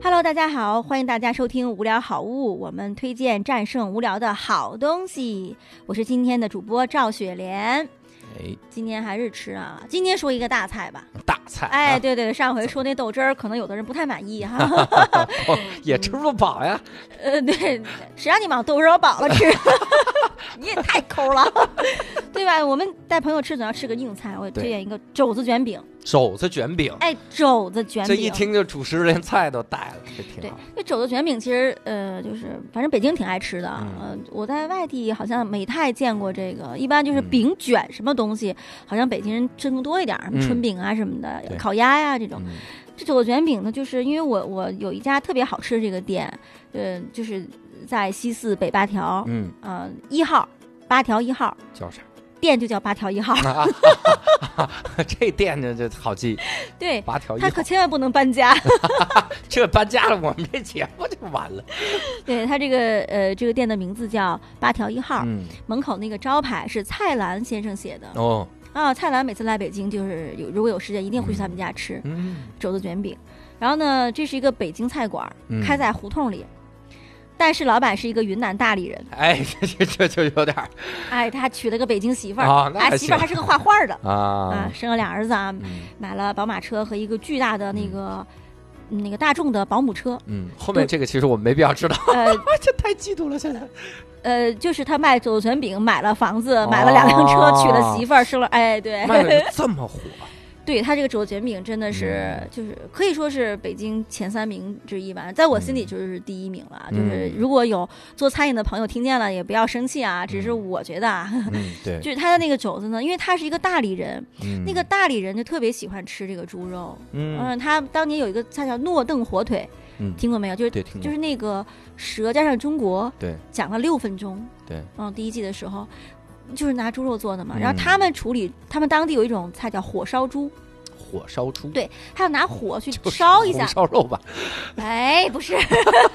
Hello，大家好，欢迎大家收听《无聊好物》，我们推荐战胜无聊的好东西。我是今天的主播赵雪莲，哎，今天还是吃啊，今天说一个大菜 吧。大菜、啊，哎，对对对，上回说那豆汁儿，可能有的人不太满意 哈。也嗯吃不饱呀。呃，对，谁让你往豆肉饱了吃？ 你也太抠了，对吧？我们带朋友吃总要吃个硬菜，我也对推荐一个肘子卷饼。肘子卷饼，哎，肘子卷这饼，一听就主食连菜都带了，这对挺好。，那肘子卷饼其实呃，就是反正北京挺爱吃的。嗯呃，我在外地好像没太见过这个，一般嗯就是饼卷什么东西，好像北京人吃更多一点儿，什么嗯春饼啊什么的，对烤鸭呀、这种。嗯这肘子卷饼呢，就是因为我我有一家特别好吃的这个店，呃，就是在西四北八条，嗯，呃一号，八条一号叫啥？店就叫八条一号，啊 这店这这好记，对。八条一他号可千万不能搬 家，这搬家了，我们这节目就完了。对他这个呃这个店的名字叫八条一号，嗯，门口那个招牌是蔡澜先生写的哦，啊。蔡澜每次来北京，就是有如果有时间，一定会去他们家吃嗯，肘子卷饼。然后呢，这是一个北京菜馆，嗯开在胡同里，但是老板是一个云南大理人，哎， 这这这就有点儿哎，他娶了个北京媳妇儿，啊那哎，还媳妇儿行还是个画画的啊啊，，生了俩儿子啊，嗯买了宝马车和一个巨大的那个。嗯那个大众的保姆车，嗯，后面这个其实我们没必要知道， 呃这太嫉妒了，现在。呃，就是他卖肘子卷饼，买了房子，买了两辆车，娶了媳妇儿，生了，哎，对，哦卖的这么火，对它这个肘子卷饼真的是，嗯就是可以说是北京前三名之一吧，在我心里就是第一名了。嗯就是如果有做餐饮的朋友听见了，也不要生气啊，只是我觉得啊，嗯，对， 就是他的那个肘子呢，因为他是一个大理人，嗯那个，大理人就特别喜欢吃这个猪肉。嗯，嗯，他当年有一个菜叫诺邓火腿，嗯听过没有？就是对，听就过是那个《舌尖上的中国》对讲了六分钟，对，嗯，第一季的时候就是拿猪肉做的嘛，嗯然后他们处理，他们当地有一种菜叫火烧猪，火烧猪，对，还要拿火去 就是烧一下红，烧肉吧，哎，不是，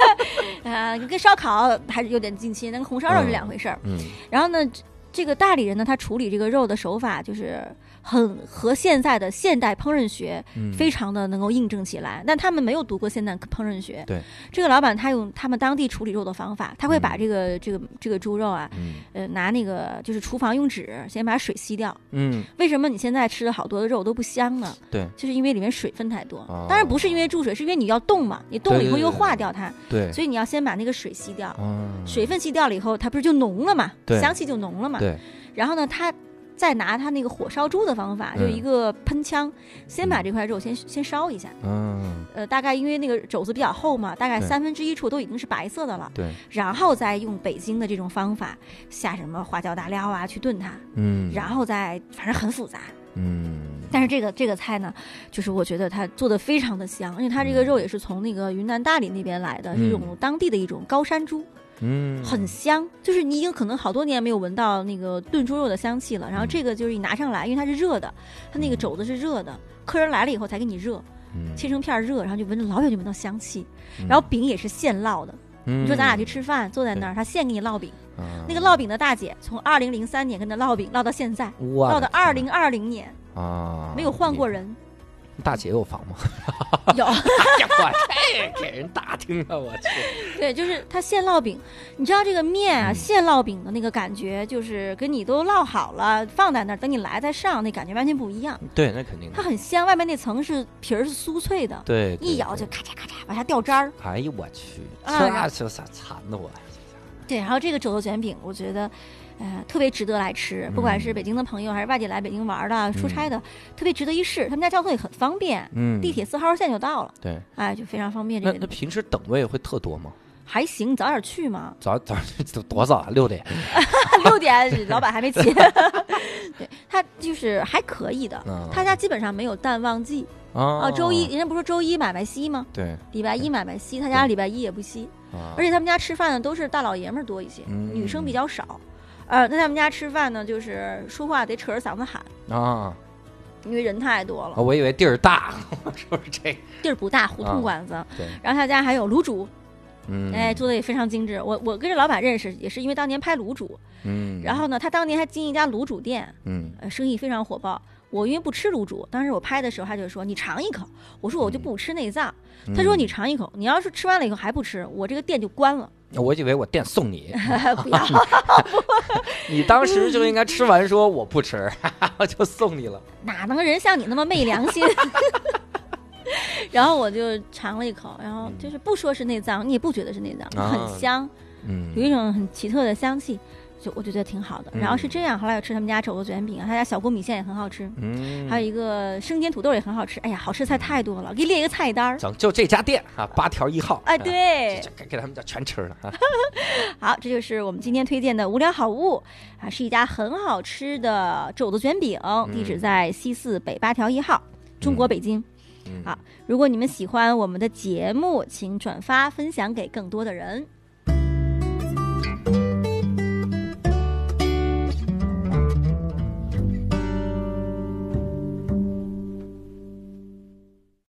啊，跟烧烤还是有点近亲，那个红烧肉是两回事儿。嗯，然后呢，这这个大理人呢，他处理这个肉的手法就是很和现在的现代烹饪学嗯非常的能够印证起来，但他们没有读过现代烹饪学。对，这个老板他用他们当地处理肉的方法，他会把嗯这个、这个这个猪肉啊，嗯呃，拿那个就是厨房用纸先把水吸掉。嗯，为什么你现在吃的好多的肉都不香呢？对，就是因为里面水分太多哦。当然不是因为注水，是因为你要冻嘛，你冻了以后对对对又化掉它，对，所以你要先把那个水吸掉。嗯，水分吸掉了以后，它不是就浓了嘛，对香气就浓了嘛。对，然后呢，它再拿它那个火烧猪的方法，嗯就是一个喷枪，先把嗯这块肉先先烧一下。嗯，呃，大概因为那个肘子比较厚嘛，大概对三分之一处都已经是白色的了，对，然后再用北京的这种方法下什么花椒大料啊去炖它，嗯，然，后再反正很复杂。嗯，但是这个这个菜呢，就是我觉得它做的非常的香，因为它这个嗯肉也是从那个云南大理那边来的，是一嗯种当地的一种高山猪，嗯，很香。就是你已经可能好多年没有闻到那个炖猪肉的香气了，然后嗯这个就是你拿上来，因为它是热的，它那个肘子是热的，客人来了以后才给你热，嗯，切成片儿热，然后就闻着老远就闻到香气。然后饼也是现烙的，你你说咱俩去，吃饭，坐在那儿，他现给你烙饼。嗯那那个烙饼的大姐从二零零三年跟他烙饼烙到现在，烙烙到二零二零年啊，没有换过。人，大姐 有房吗？哎有。我这给人打听了，我去，对，就是它现烙饼，你知道这个面啊，嗯现烙饼的那个感觉，就是跟你都烙好了放在那儿，等你来再上，那感觉完全不一样。对，那肯定它，很香，外面那层是皮儿是酥脆的，对，一咬就，咔嚓咔嚓往下掉渣儿。哎呦我去，啊然后这就啥馋的我，对，然后这个肘子卷饼，我觉得。呃，特别值得来吃，不管是嗯北京的朋友还是外地来北京玩儿的、出差的，特别值得一试。他们家交通也很方便，嗯，地铁四号线就到了，对，哎，就非常方便。那这那个平时等位会特多吗？还行，你早点去嘛，早早 多早啊？六点六点老板还没 起，对他就是还可以的嗯，他家基本上没有淡旺季啊。啊周一人家不说周一买卖稀吗？对礼拜一买卖稀，他嗯家礼拜一也不稀，啊，而且他们家吃饭的都是大老爷们儿多一些，嗯女生比较少。呃，那他们家吃饭呢，就是说话得扯着嗓子喊，啊，因为人太多了，我以为地儿大， 我说是这，地儿不大，胡同啊馆子。对，然后他家还有卤煮，嗯，哎，做的也非常精致。我我跟这老板认识，也是因为当年拍卤煮。嗯，然后呢，他当年还经营一家卤煮店，嗯呃，生意非常火爆。我因为不吃卤煮，当时我拍的时候，他就说你尝一口。我说我就嗯不吃内脏。他说你尝一口，你要是吃完了以后还不吃，我这个店就关了。 嗯我以为我店送你，不 要，你当时就应该吃完说我不吃， 就送你了。哪能人像你那么昧良心？ 然后我就尝了一口，然后就是不说是内脏，你也不觉得是内脏，啊很香，嗯有一种很奇特的香气，就我就觉得挺好的。嗯然后是这样，后来我吃他们家肘子卷饼，他家小锅米线也很好吃，嗯还有一个生煎土豆也很好吃。哎呀，好吃的菜太多了，我给你列一个菜单儿。整就这家店啊，八条一号。哎，啊，对，这给给他们家全吃了啊。 好，这就是我们今天推荐的无聊好物啊，是一家很好吃的肘子卷饼，地址在西四北八条一号，中国北京。嗯好，如果你们喜欢我们的节目，请转发分享给更多的人。